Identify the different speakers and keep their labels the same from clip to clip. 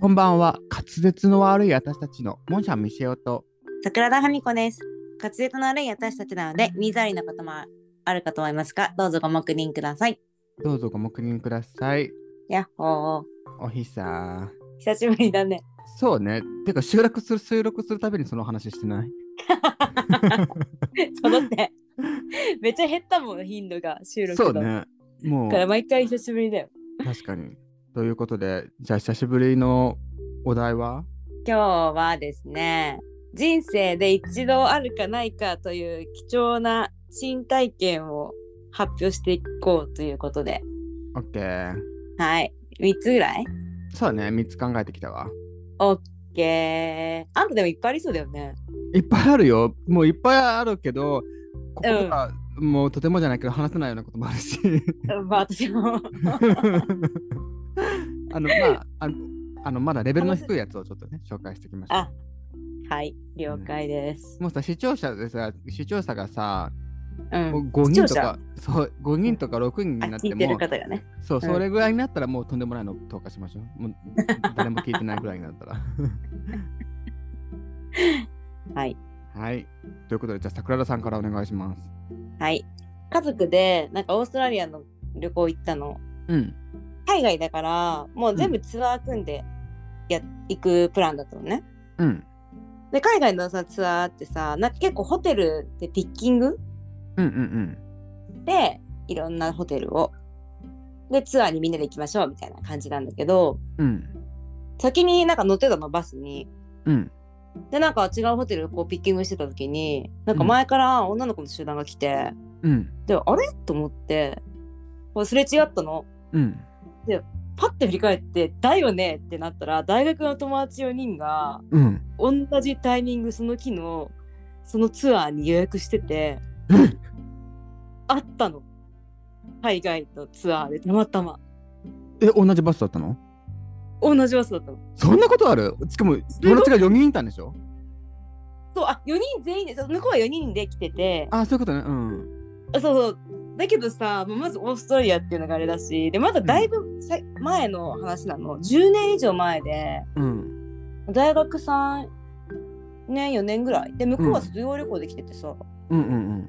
Speaker 1: こんばんは。滑舌の悪い私たちのモンシャンミシェオと。
Speaker 2: 桜田文子です。滑舌の悪い私たちなので、耳障りなこともあるかと思いますが、どうぞご黙認ください。
Speaker 1: どうぞご黙認ください。
Speaker 2: やっほー。
Speaker 1: おひさ
Speaker 2: 久しぶりだね。
Speaker 1: そうね。てか収録する収録するたびにその話してない。
Speaker 2: そうだって。 めっちゃ減ったもん、頻度が収録
Speaker 1: そう
Speaker 2: の
Speaker 1: ね。も
Speaker 2: だ
Speaker 1: う
Speaker 2: から毎回久しぶりだよ。
Speaker 1: 確かに。ということで、じゃあ久しぶりのお題は
Speaker 2: 今日はですね、人生で一度あるかないかという貴重な新体験を発表していこうということで、
Speaker 1: ?OK。
Speaker 2: はい。3つぐらい
Speaker 1: そうね。3つ考えてきたわ。
Speaker 2: ?OK。あんたでもいっぱいありそうだよ ね。
Speaker 1: いっぱいあるよ。もういっぱいあるけど、ここではもうとてもじゃないけど話せないようなこともあるし。
Speaker 2: まあ私も。
Speaker 1: あのまああのあのまだレベルの低いやつをちょっとね紹介しておきましょ
Speaker 2: あはい、了解です
Speaker 1: う。。もうさ視聴者でさ視聴者がさ、
Speaker 2: うん
Speaker 1: もう5人と
Speaker 2: あ
Speaker 1: かそう5人とか6人になって
Speaker 2: 聞い
Speaker 1: も
Speaker 2: てる方がね。
Speaker 1: そう
Speaker 2: うん
Speaker 1: それぐらいになったらもうとんでもないの投下しましょう。もう誰も聞いてないぐらいになったら。
Speaker 2: はい。
Speaker 1: はい。ということでじゃあ桜田さんからお願いします。
Speaker 2: はい。家族で、なんかオーストラリアの旅行行ったの。
Speaker 1: うん。
Speaker 2: 海外だから、もう全部ツアー組んでや、行くプランだったのね。
Speaker 1: うん。
Speaker 2: で、海外のさ、ツアーってさ、なんか結構ホテルでピッキング
Speaker 1: うんうん
Speaker 2: で、いろんなホテルを。で、ツアーにみんなで行きましょうみたいな感じなんだけど、
Speaker 1: うん。うん。
Speaker 2: 先になんか乗ってたの、バスに。
Speaker 1: うん。
Speaker 2: で、なんか違うホテルこうピッキングしてた時に、なんか前から女の子の集団が来て、
Speaker 1: うん。
Speaker 2: であれと思ってこうすれ違ったの
Speaker 1: うん。
Speaker 2: パッて振り返って「だよね」ってなったら大学の友達4人が
Speaker 1: うん。
Speaker 2: 同じタイミングその日のそのツアーに予約してて
Speaker 1: え
Speaker 2: あったの海外のツアーでたまたま
Speaker 1: え同じバスだったの
Speaker 2: 同じバスだったの
Speaker 1: そんなことあるしかも友達が4人いたんでしょ
Speaker 2: そうあ4人全員でそう向こうは4人で来てて
Speaker 1: あそういうことね。うん。
Speaker 2: あそうそうだけどさまあまずオーストラリアっていうのがあれだしでまだだいぶさ前の話なの10年以上前で
Speaker 1: うん。
Speaker 2: 大学3年4年ぐらいで向こう
Speaker 1: う
Speaker 2: は
Speaker 1: ん
Speaker 2: 卒業旅行で来ててさ,、
Speaker 1: うんうん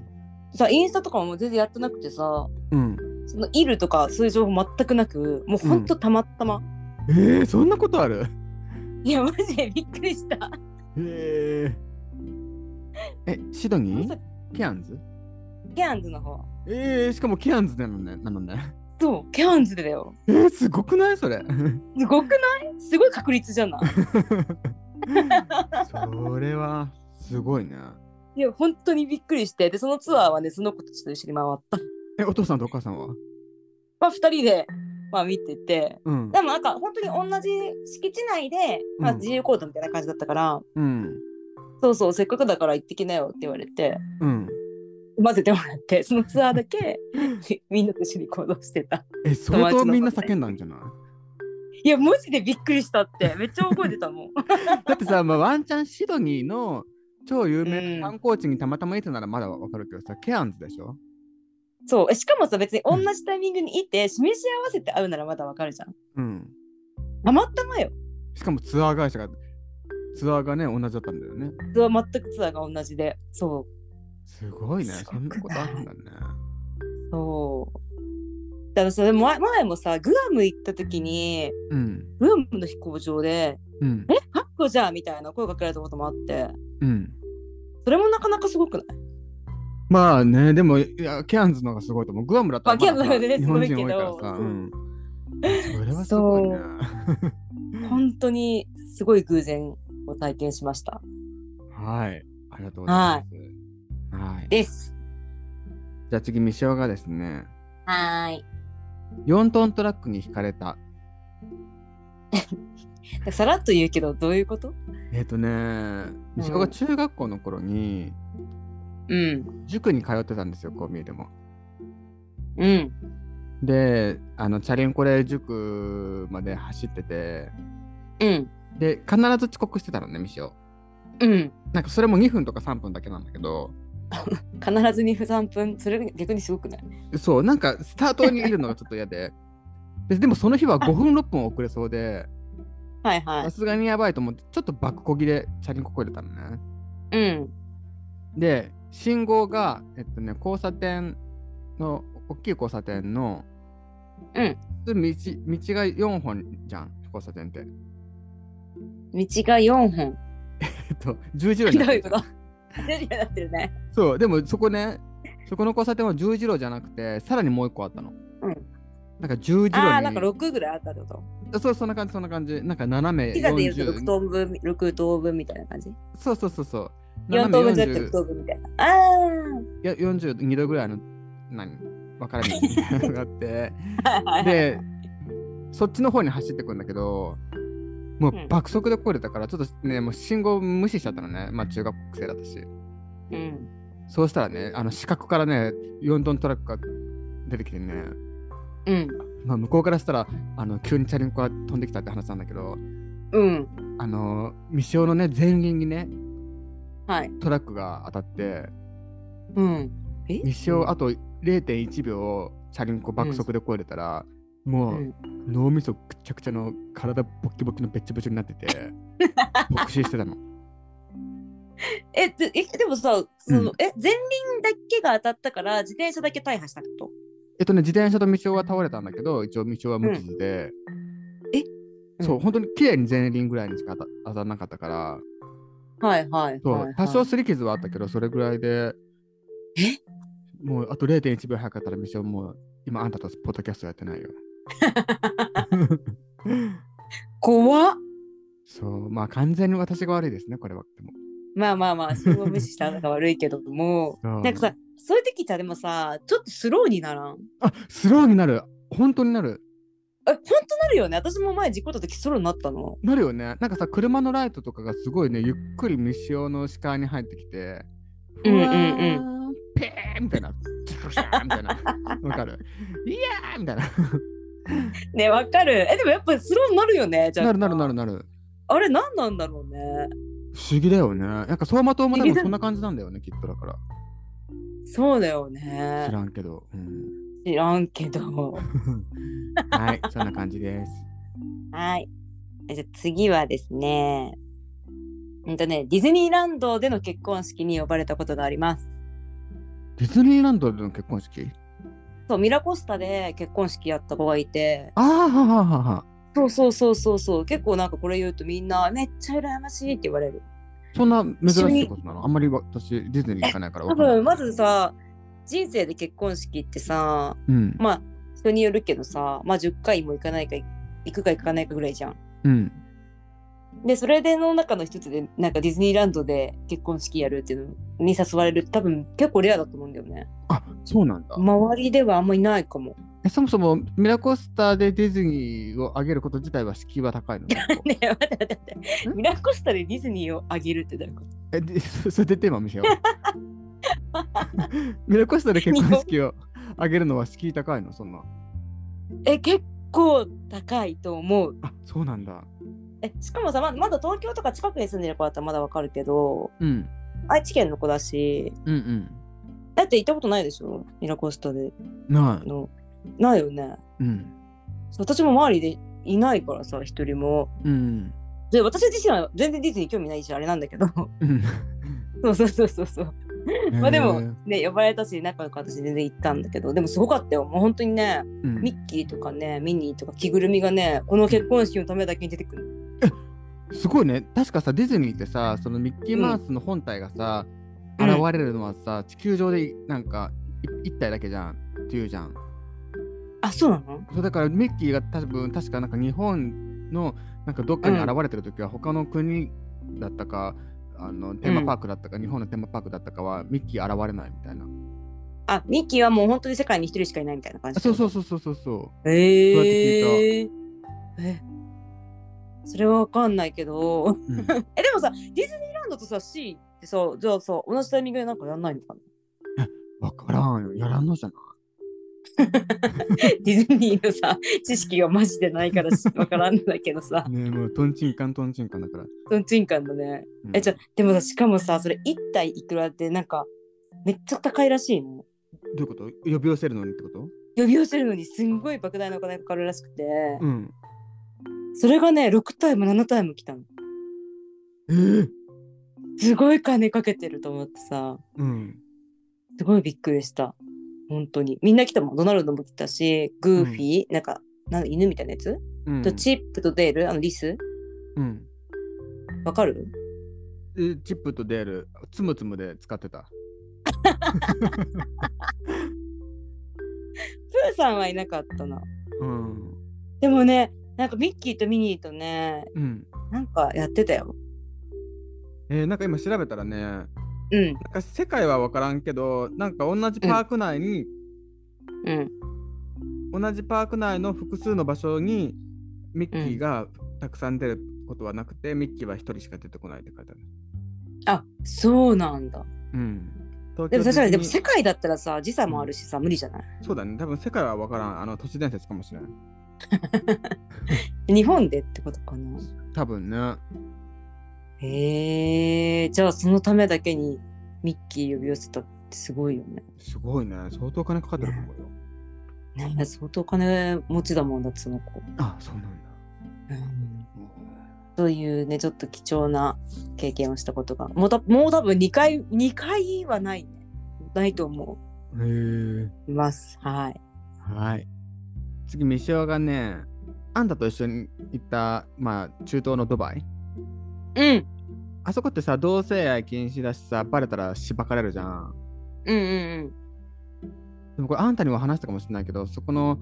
Speaker 2: さインスタとかももう全然やってなくてさ
Speaker 1: うん。
Speaker 2: そのいるとかそういう情報全くなくもうほんとたまたま、
Speaker 1: うん。えー、そんなことある
Speaker 2: いやマジでびっくりした
Speaker 1: ええ、シドニーケアンズ
Speaker 2: ケアンズの方
Speaker 1: えー、しかもケアンズなのね。なのね。
Speaker 2: そうケアンズでだよ
Speaker 1: えー、すごくないそれ。
Speaker 2: すごくないすごい確率じゃない
Speaker 1: それはすごいね。
Speaker 2: いや本当にびっくりしてでそのツアーはねその子たちと一緒に回った
Speaker 1: え、お父さんとお母さんは
Speaker 2: まあ2人でまあ見てて
Speaker 1: うん。
Speaker 2: でもなんか本当に同じ敷地内で、まあ、
Speaker 1: うん
Speaker 2: 自由行動みたいな感じだったから、
Speaker 1: うん。
Speaker 2: そうそうせっかくだから行ってきなよって言われて
Speaker 1: うん。
Speaker 2: 混ぜてもらってそのツアーだけみんなと一緒に行動してた
Speaker 1: え、相当
Speaker 2: 友達の方ね
Speaker 1: みんな叫んだんじゃない
Speaker 2: いやマジでびっくりしたってめっちゃ覚えてたもん
Speaker 1: だってさ、まあ、ワンチャンシドニーの超有名な観光地にたまたまいたならまだわかるけどさ、ケアンズでしょ
Speaker 2: そうえしかもさ別に同じタイミングにいて示し合わせて会うならまだわかるじゃん
Speaker 1: うん。
Speaker 2: たまたまよ
Speaker 1: しかもツアー会社が、ツアーがね、同じだったんだよね。
Speaker 2: ツアー全くツアーが同じでそ
Speaker 1: すごいね。
Speaker 2: すご
Speaker 1: そんなこ
Speaker 2: く
Speaker 1: と
Speaker 2: な
Speaker 1: あ
Speaker 2: い
Speaker 1: るんだね。
Speaker 2: うそうだからそれ前前もさグアム行った時に
Speaker 1: うん。
Speaker 2: グアムの飛行場で
Speaker 1: うん
Speaker 2: 「えカッコじゃん」みたいな声かけられたこともあって
Speaker 1: うん。
Speaker 2: それもなかなかすごくない
Speaker 1: まあね、でも、いや、ケアンズの方がすごいと思う。グアムだったらまださ、
Speaker 2: まあケアンズの方がね
Speaker 1: 日本人多いから
Speaker 2: すごい
Speaker 1: さ。うん。そ
Speaker 2: けど
Speaker 1: れはすごいね。
Speaker 2: 本当にすごい偶然を体験しました
Speaker 1: はい。ありがとうございます。はい。
Speaker 2: です
Speaker 1: じゃあ次、ミシオがですね、
Speaker 2: はーい
Speaker 1: 4トントラックに引かれた。
Speaker 2: さらっと言うけどどういうこと
Speaker 1: えっ、とね、ミシオが中学校の頃に、
Speaker 2: うん
Speaker 1: 塾に通ってたんですよ、こう見えても。
Speaker 2: うん
Speaker 1: で、あの、チャリンコで塾まで走ってて、
Speaker 2: うん
Speaker 1: で、必ず遅刻してたのね、ミシオ。
Speaker 2: うん
Speaker 1: なんかそれも2分とか3分だけなんだけど、
Speaker 2: 必ずに不3分それ逆にすごくない
Speaker 1: そう、なんかスタートにいるのがちょっと嫌で、ででもその日は5分、6分遅れそうで、
Speaker 2: はいは
Speaker 1: さ
Speaker 2: い。
Speaker 1: すがにやばいと思って、ちょっとバックこぎでチャリンコこいでたのね。
Speaker 2: うん。
Speaker 1: で、信号が、えっとね、交差点の、大きい交差点の、
Speaker 2: うん
Speaker 1: 普通道、道が4本じゃん、交差点って。
Speaker 2: 道が4本。
Speaker 1: えっと、十字路
Speaker 2: ど
Speaker 1: に
Speaker 2: う
Speaker 1: なって
Speaker 2: い
Speaker 1: るじゃん
Speaker 2: うことジェリアなってるね。
Speaker 1: そう、でもそこね、そこの交差点は十字路じゃなくて、さらにもう一個あったの。
Speaker 2: うん。
Speaker 1: なんか十字路に。
Speaker 2: ああ、なんか6ぐらいあったってこと
Speaker 1: そう、そんな感じ、そんな感じ。なんか斜め
Speaker 2: ピザでいうと6
Speaker 1: 40。
Speaker 2: 等分、6等分みたいな感じ。
Speaker 1: そうそうそうそう。
Speaker 2: 4等分じゃなくて
Speaker 1: 40
Speaker 2: 6等分みたいな。あ
Speaker 1: いや42度ぐらいの、何分からないみ たいなのがあって。
Speaker 2: あ。はいはいは
Speaker 1: で、
Speaker 2: い
Speaker 1: そっちの方に走ってくんだけど、も
Speaker 2: う
Speaker 1: うん爆速で来れたから、ちょっとね、もう信号無視しちゃったのね。まあ中学生だったし。
Speaker 2: うん。
Speaker 1: そうしたらね、あの四角からね、4トントラックが出てきてね。
Speaker 2: うん。
Speaker 1: まあ、向こうからしたらあの急にチャリンコが飛んできたって話なんだけど
Speaker 2: うん。
Speaker 1: あの未使用のね前輪にね
Speaker 2: はい。
Speaker 1: トラックが当たって
Speaker 2: うん。え
Speaker 1: 未使用あと0.1秒チャリンコ爆速で越えれたら、もう、
Speaker 2: うん
Speaker 1: 脳みそくちゃくちゃの体ボッキボキのべっちょべちょになって て牧師してたの
Speaker 2: えでえでもさその、
Speaker 1: うん
Speaker 2: え前輪だけが当たったから自転車だけ大破したってこと
Speaker 1: えっとね自転車と未使用は倒れたんだけど一応未使用は無傷で、
Speaker 2: んえ
Speaker 1: そう
Speaker 2: うん
Speaker 1: 本当に綺麗に前輪ぐらいにしか当た当たらなかったから
Speaker 2: はいはい
Speaker 1: そう、
Speaker 2: はいはい
Speaker 1: 多少擦り傷はあったけど、それぐらいで。
Speaker 2: え
Speaker 1: もうあと0.1秒早かったら、ミッションもう今あんたとポッドキャストやってない よ。
Speaker 2: 怖っ
Speaker 1: そう、まあ完全に私が悪いですね、これは。でも
Speaker 2: まあまあまあ信号無視したのが悪いけども
Speaker 1: そう
Speaker 2: なんかさそういう時さでもさちょっとスローにならん
Speaker 1: あスローになる。本当になる。
Speaker 2: え本当なるよね私も前事故った時スローになったの
Speaker 1: なるよね。なんかさ、車のライトとかがすごいね、ゆっくりミッションの視界に入ってきて、
Speaker 2: うんうんうん
Speaker 1: ふわーん。ペーンみたいな。チュクシャーみたいな。わ かるいやーみたいな。
Speaker 2: ねわかるえでもやっぱスローになるよねじゃあ
Speaker 1: なるなるなるなる。
Speaker 2: あれ何なんだろうね
Speaker 1: 不思議だよね。なんか走馬灯も
Speaker 2: 不
Speaker 1: 多
Speaker 2: 思議
Speaker 1: 分
Speaker 2: だ
Speaker 1: そんな感じなんだよね、きっとだから。
Speaker 2: そうだよね
Speaker 1: 知らんけど。うん、
Speaker 2: 知らんけど
Speaker 1: はい、そんな感じです。
Speaker 2: はい。じゃあ次はですね。うんとね、ディズニーランドでの結婚式に呼ばれたことがあります。
Speaker 1: ディズニーランドでの結婚式
Speaker 2: そう、ミラコスタで結婚式やった子がいて、
Speaker 1: ああ、はははは。
Speaker 2: そうそうそうそうそう、結構なんかこれ言うとみんなめっちゃ羨ましいって言われる。
Speaker 1: そんな珍しいことなのあんまり私、ディズニー行かないから
Speaker 2: 多
Speaker 1: わかんない
Speaker 2: 分まずさ、人生で結婚式ってさ、
Speaker 1: うん。
Speaker 2: まあ人によるけどさ、まあ10回も行かないか行くか行かないかぐらいじゃん。
Speaker 1: うん。
Speaker 2: で、それでの中の一つで、なんかディズニーランドで結婚式やるっていうのに誘われる、多分結構レアだと思うんだよね。
Speaker 1: あ、そうなんだ。
Speaker 2: 周りではあんまりないかも。
Speaker 1: えそもそもミラコスタでディズニーをあげること自体は敷居は高い の
Speaker 2: ねえ、待って待って待って。
Speaker 1: ん
Speaker 2: ミラコスタでディズニーをあげるってどういうこと
Speaker 1: え、でそそれでテーマ見せよう。 ミラコスタで結婚式をあげるのは敷居高いのそんな。
Speaker 2: え、結構高いと思う。
Speaker 1: あ、そうなんだ。
Speaker 2: え、しかもさま、まだ東京とか近くに住んでる子だったらまだわかるけど、
Speaker 1: うん。
Speaker 2: 愛知県の子だし、
Speaker 1: うんうん。
Speaker 2: だって行ったことないでしょミラコスタで
Speaker 1: ない。
Speaker 2: の。ないよね。
Speaker 1: うん。
Speaker 2: そう私も周りでいないからさ、一人も。
Speaker 1: うん。
Speaker 2: で、私自身は全然ディズニー興味ないし、あれなんだけど。
Speaker 1: うん。
Speaker 2: そうそうそうそうそう。 まあで
Speaker 1: へー
Speaker 2: も、ね、呼ばれたし、仲良かったし、全然行ったんだけど、でもすごかったよ。もう本当にね、
Speaker 1: うん
Speaker 2: ミッキーとかね、ミニーとか着ぐるみがね、この結婚式のためだけに出てくる。
Speaker 1: すごいね確かさディズニーってさそのミッキーマウスの本体がさ、
Speaker 2: うん
Speaker 1: 現れるのはさ地球上でなんかい一体だけじゃんっていうじゃん
Speaker 2: あ、そうなの
Speaker 1: そうだからミッキーが多分確かなんか日本のなんかどっかに
Speaker 2: うん
Speaker 1: 現れてる時は他の国だったか、あのテーマパークだったか、日本のテーマパークだったかはミッキー現れないみたいな、
Speaker 2: あ、ミッキーはもう本当に世界に一人しかいないみたいな感
Speaker 1: あ
Speaker 2: じ。。
Speaker 1: そうそうそうそうそうそううやって
Speaker 2: えー、え。それはわかんないけど。
Speaker 1: う、うん、
Speaker 2: え、でもさ、ディズニーランドとさ、C ってさ、じゃあさ、同じタイミングでなんかやんないの かな
Speaker 1: 分からんよやらんのじゃない
Speaker 2: ディズニーのさ、知識がマジでないからしわからんんだけどさ、
Speaker 1: ねえもうトンチンカントンチンカンだから、
Speaker 2: トンチンカンだね。
Speaker 1: うん
Speaker 2: え、じゃあでもさ、しかもさ、それ1体いくらって、なんか、めっちゃ高いらしいの。
Speaker 1: どういうこと呼び寄せるのにってこと
Speaker 2: 呼び寄せるのにすんごい莫大なお金かかるらしくて、
Speaker 1: うん
Speaker 2: それがね6体も7体も来たの
Speaker 1: えー、
Speaker 2: すごい金かけてると思ってさ
Speaker 1: うん。
Speaker 2: すごいびっくりした本当にみんな来たもんドナルドも来たしグーフィー、なんかなん犬みたいなやつ、
Speaker 1: うん。
Speaker 2: とチップとデールあのリス
Speaker 1: うん。
Speaker 2: わかる
Speaker 1: でチップとデール、つむつむで使ってた。
Speaker 2: プーさんはいなかったな
Speaker 1: うん。
Speaker 2: でもねなんかミッキーとミニーとね
Speaker 1: うん。
Speaker 2: なんかやってたよ
Speaker 1: えー、なんか今調べたらね、なん
Speaker 2: うん
Speaker 1: か世界は分からんけど、なんか同じパーク内に、
Speaker 2: うん
Speaker 1: 同じパーク内の複数の場所にミッキーがたくさん出ることはなくて、ミッキーは一人しか出てこないって書いてある。
Speaker 2: あそうなんだ
Speaker 1: うん。東京
Speaker 2: でも確かに
Speaker 1: デ
Speaker 2: で
Speaker 1: ィ
Speaker 2: も
Speaker 1: ズ
Speaker 2: 世
Speaker 1: ニー
Speaker 2: 界だったらさ時差もあるしさ無理じゃない
Speaker 1: そうだね、多分世界は分からん、あの都市伝説かもしれない。
Speaker 2: 日本でってことかな
Speaker 1: 多分ね。
Speaker 2: へえじゃあそのためだけにミッキー呼び寄せたってすごいよね
Speaker 1: すごいね。相当金かかってると思うよ。
Speaker 2: ねえ相当お金持ちだもんだってその子、
Speaker 1: あ、そうなんだ。
Speaker 2: うん、というねちょっと貴重な経験をしたことがもうたもう多分2回2回はないねないと思
Speaker 1: へえ。
Speaker 2: いますはい
Speaker 1: はい。次、ミシオがね、あんたと一緒に行った、まあ、中東のドバイ。
Speaker 2: うん
Speaker 1: あそこってさ、同性愛禁止だしさ、バレたらしばかれるじゃん。
Speaker 2: うんうん
Speaker 1: でもこれ、あんたにも話したかもしれないけど、そこの、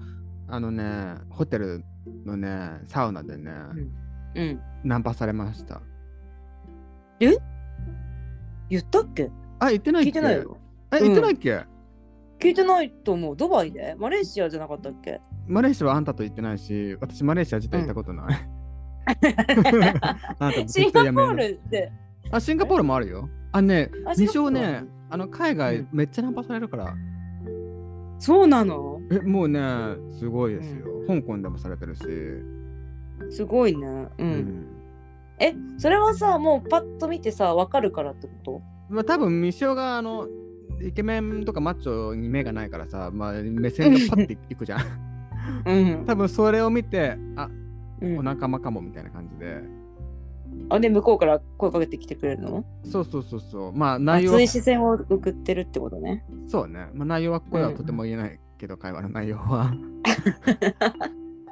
Speaker 1: あのね、ホテルのね、サウナでね、
Speaker 2: うんうん
Speaker 1: ナンパされました。
Speaker 2: 言ったっけ
Speaker 1: あ、言ってないっ
Speaker 2: 聞
Speaker 1: け
Speaker 2: いてないよ
Speaker 1: え、
Speaker 2: うん
Speaker 1: 言ってないっけ、
Speaker 2: 聞いてないと思うドバイでマレーシアじゃなかったっけ
Speaker 1: マレーシアはあんたと行ってないし、私、マレーシア自体行ったことない。 あんた
Speaker 2: シン
Speaker 1: 絶対
Speaker 2: ガ
Speaker 1: や
Speaker 2: ポ
Speaker 1: め
Speaker 2: ー
Speaker 1: る
Speaker 2: ルで
Speaker 1: あ、シンガポールもあるよ。あ、ね、
Speaker 2: あシン
Speaker 1: 二
Speaker 2: ガポ
Speaker 1: 章
Speaker 2: ールは
Speaker 1: ね、あの海
Speaker 2: う
Speaker 1: 外
Speaker 2: ん
Speaker 1: めっちゃナンパされるから、
Speaker 2: そうなの
Speaker 1: え、もうね、すごいですよ。香港でもされてるし、
Speaker 2: すごいねう
Speaker 1: うん
Speaker 2: えそれはさもうパッと見てさわかるからってこと
Speaker 1: まあ多分ミシオがあのイケメンとかマッチョに目がないからさ、まあ目線がパッていくじゃ ん。
Speaker 2: うん、
Speaker 1: 多分それを見て、あ、
Speaker 2: うん
Speaker 1: お仲間かもみたいな感じで。
Speaker 2: あで向こうから声かけてきてくれるの
Speaker 1: そうそうそうそう。まあ内容
Speaker 2: 熱い視線を送ってるってことね。
Speaker 1: そうね。まあ内容は声はとても言えないけど、会話の内容は。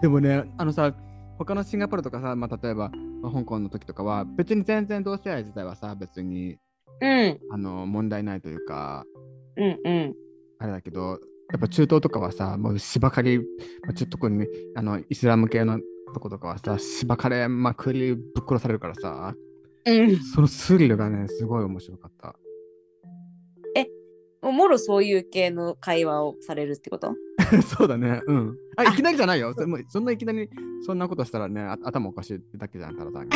Speaker 1: でもね、あのさ、他のシンガポールとかさ、まあ、例えば、まあ香港の時とかは、別に全然同性愛自体はさ、別に
Speaker 2: うん
Speaker 1: あの問題ないというか、
Speaker 2: うんうん
Speaker 1: あれだけど、やっぱ中東とかはさ、もう芝刈り、まあ、ちょっと特にあのイスラム系のとことかはさ、芝刈れまくりぶっ殺されるからさ、
Speaker 2: うん。
Speaker 1: そのスリルがね、すごい面白かった。
Speaker 2: もうもろそういう系の会話をされるってこと
Speaker 1: そうだね。うん。あ、
Speaker 2: あ
Speaker 1: いきなりじゃないよ。それもそんないきなり、そんなことしたらね、あ頭おかしいだけじゃん、た だ単に。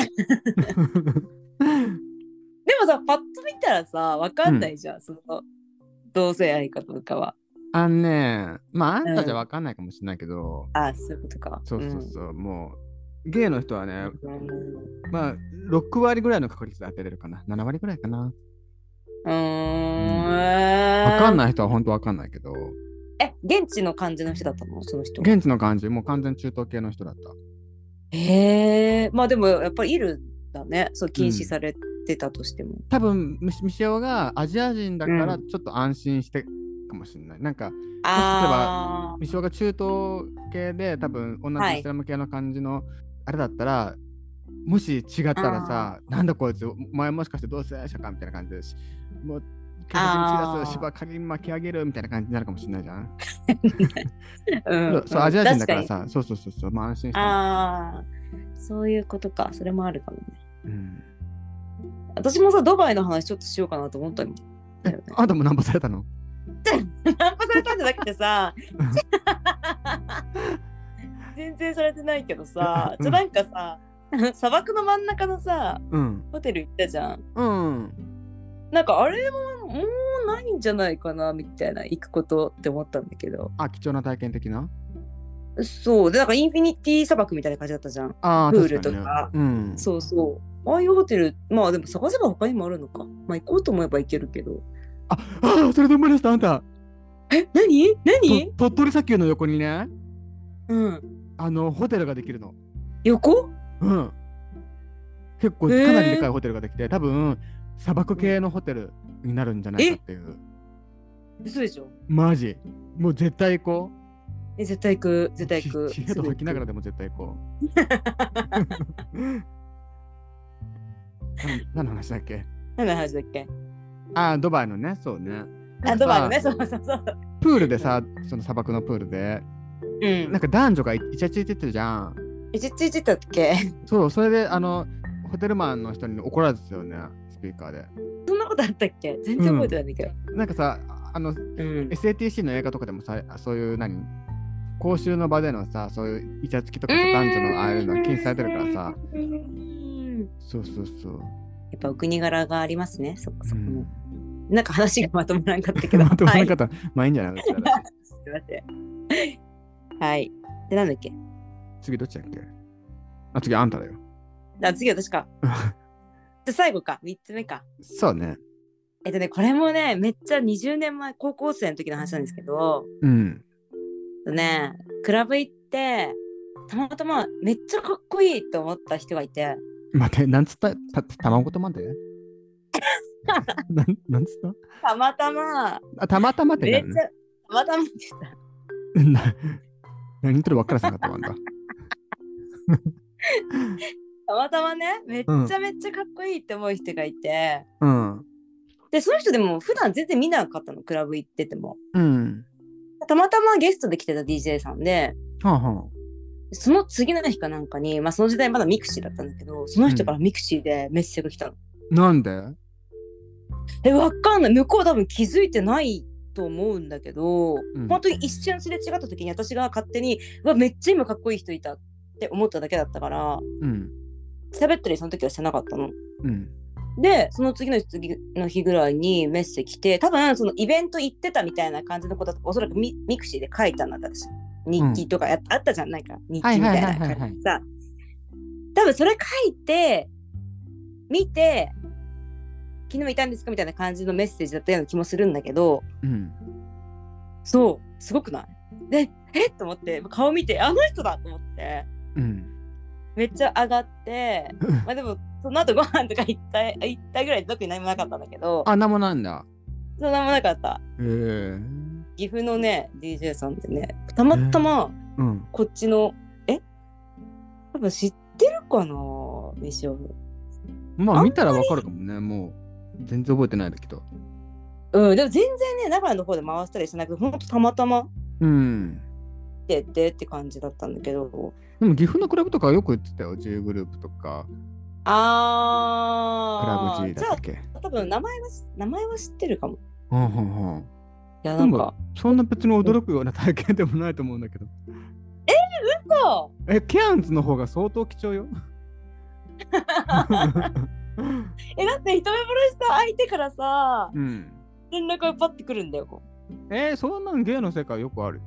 Speaker 2: でもさパッと見たらさわかんないじゃん、その同性愛かどうかは。
Speaker 1: あんね、まあ、あんたじゃわかんないかもしれないけど、
Speaker 2: あそういうことか。
Speaker 1: そうそうそう、もう、ゲイの人はね、
Speaker 2: うん。う
Speaker 1: まあ、6割ぐらいの確率で当てれるかな。7割ぐらいかな。
Speaker 2: ーん。
Speaker 1: わかん
Speaker 2: い。
Speaker 1: ない人は本当わかんないけど、
Speaker 2: え現地の感じの人だったのその人は。
Speaker 1: 現地の感じ、もう完全中東系の人だった。
Speaker 2: へえまあでもやっぱりいるんだねそう禁止されてたとしても。
Speaker 1: 多分ミシミシオがアジア人だから、
Speaker 2: う
Speaker 1: ちょっと安心してかもしれない。なんか、
Speaker 2: ああ。
Speaker 1: ミシオが中東系で多分同
Speaker 2: は
Speaker 1: じ
Speaker 2: い
Speaker 1: イスラム系の感じのあれだったら、もし違ったらさなんだこいつお前もしかして同性愛者かみたいな感じでしもう警察に突き出
Speaker 2: あー
Speaker 1: す芝刈り巻き上げるみたいな感じになるかもしれないじゃん、
Speaker 2: うん
Speaker 1: そうアジア人だから。
Speaker 2: 確に
Speaker 1: さそうそうそうそう、まあ、安心して、
Speaker 2: ああ。そういうことか。それもあるかもね。
Speaker 1: うん、
Speaker 2: 私もさ、ドバイの話ちょっとしようかなと思ったんだよね。
Speaker 1: あんたもナンパされたの
Speaker 2: ナンパされたんじゃなくてさ。全然されてないけどさ。じゃなんかさ、砂漠の真ん中のさ、
Speaker 1: うん
Speaker 2: ホテル行ったじゃん。
Speaker 1: うん
Speaker 2: なんかあれももうないんじゃないかなみたいな行くことって思ったんだけど
Speaker 1: あ貴重な体験的な
Speaker 2: そうでなんかインフィニティ砂漠みたいな感じだったじゃん
Speaker 1: あ
Speaker 2: プ
Speaker 1: ー
Speaker 2: ール
Speaker 1: 確にね
Speaker 2: とか
Speaker 1: うん
Speaker 2: そうそう。ああいうホテル、まあでも探せば他にもあるのか。まあ行こうと思えば行けるけど。
Speaker 1: ああそれで思い出したあんた
Speaker 2: え、何何
Speaker 1: と鳥取砂丘の横にね
Speaker 2: うん。
Speaker 1: あのホテルができるの
Speaker 2: 横
Speaker 1: うん。結構
Speaker 2: へー
Speaker 1: かなりでかいホテルができて、多分砂漠系のホテルになるんじゃないかっていう。
Speaker 2: 嘘でしょ
Speaker 1: マジ。もう絶対行こう。
Speaker 2: え絶対行く絶対行く
Speaker 1: ちちへと吐きながら
Speaker 2: す
Speaker 1: でも絶対行こう。
Speaker 2: ぐ行く
Speaker 1: 何何の話だっけ
Speaker 2: 何の話だっけ
Speaker 1: ああ、ドバイのね、そうね。
Speaker 2: あドバイのね
Speaker 1: な
Speaker 2: そ
Speaker 1: ん
Speaker 2: う
Speaker 1: か
Speaker 2: そ
Speaker 1: さ
Speaker 2: うそう
Speaker 1: プールでさ、その砂漠のプールで、な
Speaker 2: う
Speaker 1: ん
Speaker 2: ん
Speaker 1: か男女がイチャついててるじゃん。
Speaker 2: いちついてたっけ
Speaker 1: そう、それで、あの、ホテルマンの人に怒られてたよね、スピーカーで。
Speaker 2: そんなことあったっけ全然覚えてないんだけど
Speaker 1: なんかさ、あの、
Speaker 2: うん、
Speaker 1: SATC の映画とかでもさ、そういう何公衆の場でのさ、そういうイチャつきとかさ、男女のああいうのは禁止されてるからさ。
Speaker 2: うん
Speaker 1: そうそうそう。
Speaker 2: やっぱお国柄がありますねそこそこ
Speaker 1: うん
Speaker 2: も、なんか話がまとまらんかったけど
Speaker 1: まとまらなかっ
Speaker 2: は
Speaker 1: た。まあいいんじゃないですか
Speaker 2: い、すいませんはいでなんだっけ
Speaker 1: 次どっちだっけあ、次あんただよ。
Speaker 2: あ次私かじゃあ最後か3つ目か
Speaker 1: そうね。
Speaker 2: えっとねこれもねめっちゃ20年前高校生の時の話なんですけど
Speaker 1: うん。
Speaker 2: ねクラブ行ってたまたまめっちゃかっこいいと思った人がいて
Speaker 1: 待って、なんつったた、卵とまで なんなんつった
Speaker 2: またま
Speaker 1: たあ、たまたまって
Speaker 2: め
Speaker 1: な
Speaker 2: っ
Speaker 1: る
Speaker 2: ち
Speaker 1: ね
Speaker 2: ゃたまたまって言った
Speaker 1: な何言ってる分からさな かったもんだ。
Speaker 2: たまたまねめっちゃめっちゃかっこいいって思う人がいて、
Speaker 1: うん。
Speaker 2: でその人でも普段全然見なかったのクラブ行ってても
Speaker 1: うん。
Speaker 2: たまたまゲストで来てた DJ さんで
Speaker 1: はあは
Speaker 2: その次の日かなんかに、まあ、その時代まだミクシーだったんだけどその人からミクシーでメッセージが来たの、
Speaker 1: あ。なんで
Speaker 2: えわかんない向こう多分気づいてないと思うんだけど、
Speaker 1: うん
Speaker 2: 本当に一瞬すれ違った時に私が勝手にうわめっちゃ今かっこいい人いたって思っただけだったから
Speaker 1: うん。
Speaker 2: 喋ったりその時はしてなかったの。
Speaker 1: うん。
Speaker 2: でその次の日次の日ぐらいにメッセージ来て多分そのイベント行ってたみたいな感じのことだとおそらくミミクシーで書いたんだった私日記とかやっあったじゃんないか日記みたいな
Speaker 1: はいはいはいはいは
Speaker 2: 感
Speaker 1: い
Speaker 2: じでさ多分それ書いて見て昨日いたんですかみたいな感じのメッセージだったような気もするんだけど
Speaker 1: うん。
Speaker 2: そうすごくないでえっと思って顔見てあの人だと思って
Speaker 1: うん。
Speaker 2: めっちゃ上がってまあでもその後ご飯とか行った行ったぐらいで特に何もなかったんだけど
Speaker 1: あ、なんもなんだ。
Speaker 2: そうなんもなかった
Speaker 1: へえ
Speaker 2: 岐阜のね DJ さんでねたまたま
Speaker 1: うん。
Speaker 2: こっちの、え多分知ってるかなミシオフ
Speaker 1: ま
Speaker 2: あんま
Speaker 1: あ
Speaker 2: り
Speaker 1: 見たらわかるかもね。もう全然覚えてないだけど。
Speaker 2: うんでも全然ね名古屋の方で回したりしてなくてほんとたまたま
Speaker 1: うん。
Speaker 2: 出てって感じだったんだけど
Speaker 1: でも岐阜のクラブとかよく行ってたよ。J グループとか、ク
Speaker 2: あ
Speaker 1: ラブ
Speaker 2: ー
Speaker 1: G
Speaker 2: じ
Speaker 1: だ
Speaker 2: ゃ
Speaker 1: っけ。
Speaker 2: あ多分名前はし名前は知ってるかも
Speaker 1: うんうんうん。
Speaker 2: いや
Speaker 1: で
Speaker 2: なん
Speaker 1: も
Speaker 2: か
Speaker 1: そんな別に驚くような体験でもないと思うんだけど。
Speaker 2: そ
Speaker 1: え、ケアンズの方が相当貴重よ。
Speaker 2: うえだって一目惚れした相手からさ
Speaker 1: うん。
Speaker 2: 連絡がパッてくるんだよこう
Speaker 1: えー、そんなん芸の世界よくある。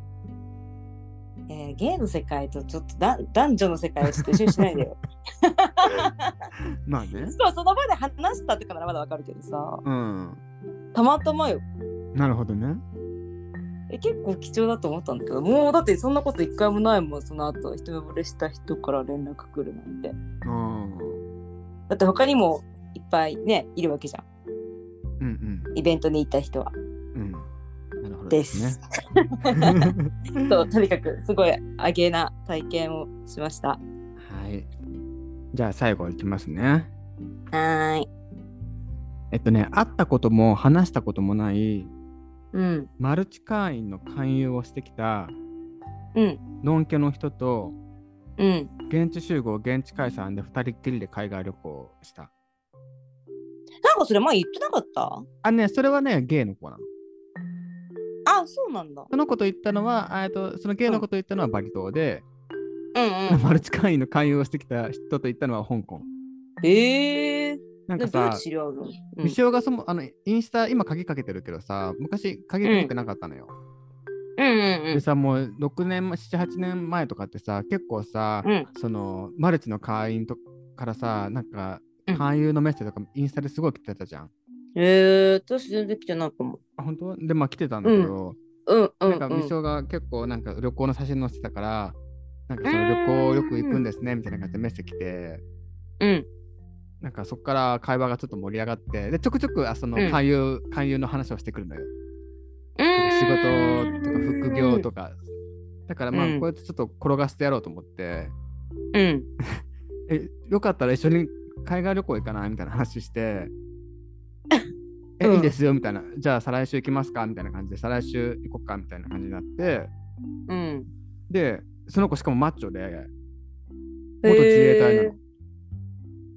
Speaker 2: えー、ゲイの世界とちょっとだ男女の世界はちょっと一緒にしないでよ
Speaker 1: まあね。
Speaker 2: そうその場で話したとかならまだわかるけどさ
Speaker 1: うん。
Speaker 2: たまたまよ
Speaker 1: なるほどね。
Speaker 2: え結構貴重だと思ったんだけどもうだってそんなこと一回もないもんその後一目惚れした人から連絡来るなんて
Speaker 1: うん。
Speaker 2: だって他にもいっぱいねいるわけじゃん
Speaker 1: うん
Speaker 2: イベントに行った人は
Speaker 1: うん。うん。なるほど
Speaker 2: です。
Speaker 1: ね
Speaker 2: そうとにかくすごいあげな体験をしましたは
Speaker 1: はい。じゃあ最後いきますね。
Speaker 2: ーい
Speaker 1: えっとね、会ったことも話したこともない
Speaker 2: うん
Speaker 1: マルチ会員の勧誘をしてきた
Speaker 2: うん
Speaker 1: ノンケの人と
Speaker 2: うん
Speaker 1: 現地集合現地解散で2人っきりで海外旅行をした
Speaker 2: なんかそれ前言ってなかった
Speaker 1: あねそれはねゲイの子なの
Speaker 2: あそうなんだ
Speaker 1: その子と言ったのはあえっとそのゲイの子と言ったのはバリ島で、
Speaker 2: うんう
Speaker 1: マ
Speaker 2: ん
Speaker 1: ルチ会員の勧誘をしてきた人と言ったのは香港
Speaker 2: えー、
Speaker 1: なん
Speaker 2: な
Speaker 1: か
Speaker 2: んかどうやっ
Speaker 1: さ
Speaker 2: て知り合うの、うん
Speaker 1: ミシオがそもあのインスタ今鍵かけてるけどさ昔鍵かけてなかったのよ、
Speaker 2: うんうん
Speaker 1: でさもう6年78年前とかってさ結構さ、
Speaker 2: うんうん
Speaker 1: そのマルチの会員とからさなんか
Speaker 2: うん
Speaker 1: 勧誘のメッセージとかインスタですごい来てたじゃん、
Speaker 2: えー、私全然来てないかも
Speaker 1: あ本当でまあ来てたんだけど、
Speaker 2: うんうん
Speaker 1: なんか
Speaker 2: う
Speaker 1: ミシ
Speaker 2: ん
Speaker 1: オが結構なんか旅行の写真載せてたから、なんかその旅行
Speaker 2: うん
Speaker 1: よく行くんですねみたいな感じでメッセージ来て、
Speaker 2: うん。
Speaker 1: なんかそこから会話がちょっと盛り上がって、でちょくちょくあその
Speaker 2: うん
Speaker 1: 勧誘、勧誘の話をしてくるのよ。仕事とか
Speaker 2: 仕
Speaker 1: 副業とか。だからまあ
Speaker 2: うん
Speaker 1: こうやってちょっと転がしてやろうと思って、
Speaker 2: うん。
Speaker 1: えよかったら一緒に海外旅行行かないみたいな話して、え
Speaker 2: うん
Speaker 1: いいですよみたいな、じゃあ再来週行きますかみたいな感じで、再来週行こっかみたいな感じになって、
Speaker 2: うん。
Speaker 1: で、その子しかもマッチョで、
Speaker 2: へー
Speaker 1: 元自衛隊なの。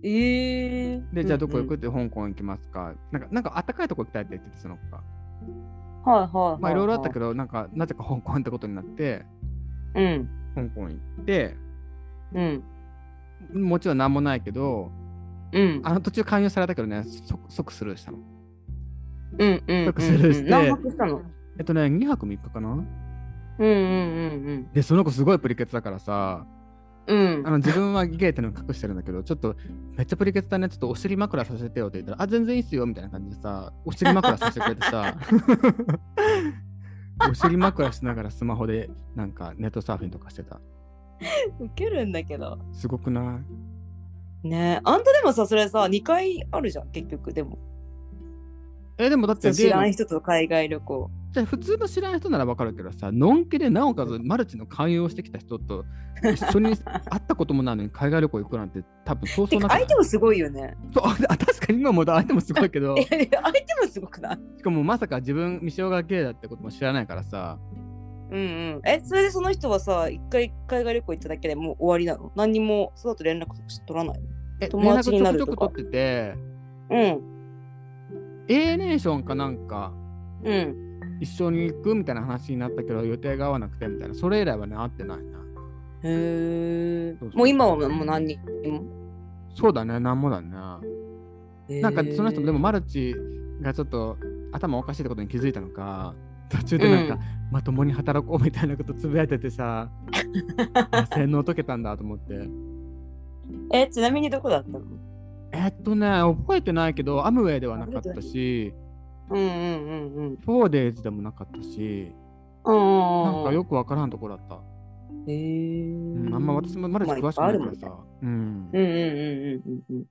Speaker 2: えー。
Speaker 1: で、じゃあどこ行くっ
Speaker 2: うん
Speaker 1: て、香港行きますか、なんか、なんか暖かいとこ行きたいって言ってて、その子が。
Speaker 2: うんはいはいはい。
Speaker 1: まあいろいろあったけ
Speaker 2: ど。
Speaker 1: ど、なんか、なぜか香港ってことになって、
Speaker 2: うん。
Speaker 1: 香港行って、
Speaker 2: うん。
Speaker 1: もちろん何もないけど、
Speaker 2: うん。
Speaker 1: あの途中勧誘されたけどね、即即スルーしたの。
Speaker 2: うんうんうん
Speaker 1: よくスルーして
Speaker 2: うん何泊したの
Speaker 1: えっとね、2泊3日かな
Speaker 2: うんうん
Speaker 1: で、その子すごいプリケツだからさ、
Speaker 2: うんうん。
Speaker 1: あ
Speaker 2: うん。
Speaker 1: の自分はゲイってのを隠してるんだけど、ちょっとめっちゃプリケツだね、ちょっとお尻枕させてよって言ったら、あ、全然いいっすよみたいな感じでさ、お尻枕させてくれて さ、お尻枕しながらスマホでなんかネットサーフィンとかしてた。
Speaker 2: 受けるんだけど。
Speaker 1: すごくない
Speaker 2: ねえ。あんたでもさ、それさ、2回あるじゃん、結局。でも。
Speaker 1: え、でもだって
Speaker 2: 知
Speaker 1: ゲイ
Speaker 2: ら
Speaker 1: の
Speaker 2: ない人と海外旅行。
Speaker 1: じゃあ普通の知らない人ならわかるけどさ、のんけでなおかつマルチの勧誘をしてきた人と一緒に会ったこともないのに海外旅行行くなんて多分そうそ
Speaker 2: て
Speaker 1: うな
Speaker 2: か
Speaker 1: くない
Speaker 2: 相手もすごいよね。
Speaker 1: そうあ確かに今もだ相手もすごいけど
Speaker 2: い。やいや相手もすごくない
Speaker 1: しかもまさか自分、未生がゲイだってことも知らないからさ。
Speaker 2: うんうん。え、それでその人はさ、一回海外旅行行っただけでもう終わりなの何にも、その後連絡取らない
Speaker 1: え
Speaker 2: 友達になるとか
Speaker 1: 連絡ちょくちょく取って
Speaker 2: のうん。
Speaker 1: て、A ネーションかなんか
Speaker 2: うん。
Speaker 1: 一緒に行くみたいな話になったけど、予定が合わなくてみたいな、それ以来はね、会ってないな。
Speaker 2: へえ
Speaker 1: そうそう。
Speaker 2: もう今はもう何人も。
Speaker 1: そうだね、なんもだね。なんかその人もでもマルチがちょっと頭おかしいってことに気づいたのか、途中でなんか、
Speaker 2: うん
Speaker 1: まともに働こうみたいなことつぶやいててさ、 あ洗脳解けたんだと思って。
Speaker 2: え、ちなみにどこだったの
Speaker 1: えっとね、覚えてないけど、アムウェイではなかったし、
Speaker 2: うんうんうんうん。
Speaker 1: フォーデイズでもなかったし、
Speaker 2: うん
Speaker 1: なんかよくわからんところだった。
Speaker 2: へ
Speaker 1: う
Speaker 2: え
Speaker 1: ん、あんま私もマルチ詳しくないからさ。うん
Speaker 2: う。んうんうんうんうんうん。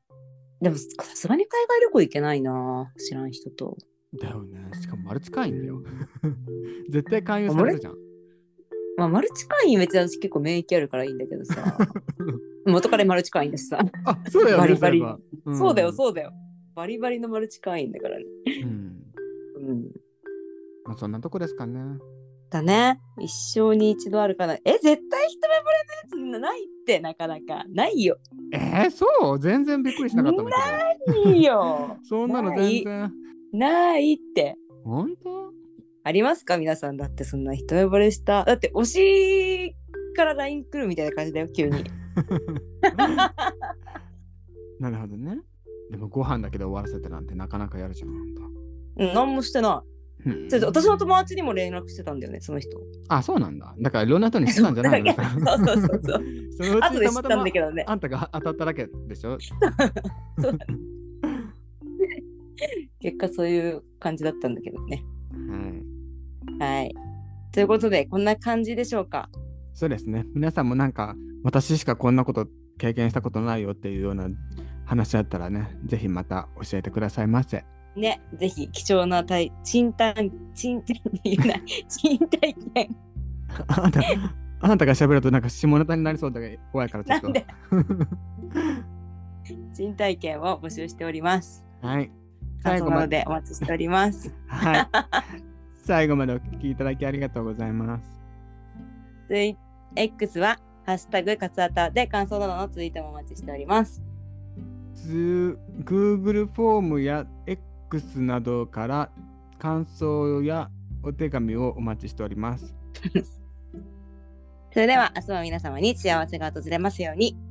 Speaker 2: でもさすがに海外旅行行けないな知らん人と。
Speaker 1: だよね。しかもマルチ会員だよ。絶対勧誘されるじゃん。
Speaker 2: まあマルチ会員別に私結構免疫あるからいいんだけ どさ。元からマルチ会員だしさ。
Speaker 1: あ、そうだよね。
Speaker 2: バリバリ
Speaker 1: そういえば
Speaker 2: そうだよそうだよ。バリバリのマルチ会員だからね。
Speaker 1: うん。うん
Speaker 2: うん。
Speaker 1: まあ、そんなとこですかね。
Speaker 2: だね。一生に一度あるかな。え、絶対一目惚れのやつないってなかなか。ないよ。
Speaker 1: えー、そう全然びっくりしなかったんだけ
Speaker 2: いいよ
Speaker 1: ど。。そんなの全然。
Speaker 2: ないって。
Speaker 1: 本当
Speaker 2: ありますか皆さんだってそんな一目惚れした。だって推しから LINE 来るみたいな感じだよ、急に。
Speaker 1: なるほどね。でもご飯だけで終わらせてなんてなかなかやるじゃん。ほんと
Speaker 2: うん、何もしてな
Speaker 1: う
Speaker 2: い。
Speaker 1: ん
Speaker 2: ちょっと私の友達にも連絡してたんだよね、その人。
Speaker 1: あ、そうなんだ。だからいろんな人にしてたんじゃないの
Speaker 2: だからそうそうそうそう。
Speaker 1: そのう
Speaker 2: 後
Speaker 1: ち
Speaker 2: で
Speaker 1: た
Speaker 2: 知っ
Speaker 1: ま
Speaker 2: た
Speaker 1: た
Speaker 2: ん
Speaker 1: ま
Speaker 2: だけどね。
Speaker 1: あんたが当たっただけでしょ
Speaker 2: そうだね結果そういう感じだったんだけどね。
Speaker 1: はい。
Speaker 2: はい。ということで、こんな感じでしょうか。
Speaker 1: そうですね。皆さんもなんか、私しかこんなこと経験したことないよっていうような話あったらね、ぜひまた教えてくださいませ。
Speaker 2: ね、ぜひ貴重な体、賃貸、賃貸、言 えない賃貸券。
Speaker 1: あなた、あなたが喋るとなんか下ネタになりそうだけど怖いからちょっ
Speaker 2: な
Speaker 1: と。
Speaker 2: んで賃貸券を募集しております。
Speaker 1: はい。
Speaker 2: 感
Speaker 1: 最
Speaker 2: 想
Speaker 1: 後
Speaker 2: な
Speaker 1: ま
Speaker 2: の
Speaker 1: で。
Speaker 2: でお待ちしております。
Speaker 1: はい。最後までお聞きいただきありがとうございます。
Speaker 2: ツイ X は、ハッシュタグカツアタで感想などのツイートもお待ちしております。
Speaker 1: つ Google フォームや X などから感想やお手紙をお待ちしております。
Speaker 2: それでは、明日も皆様に幸せが訪れますように。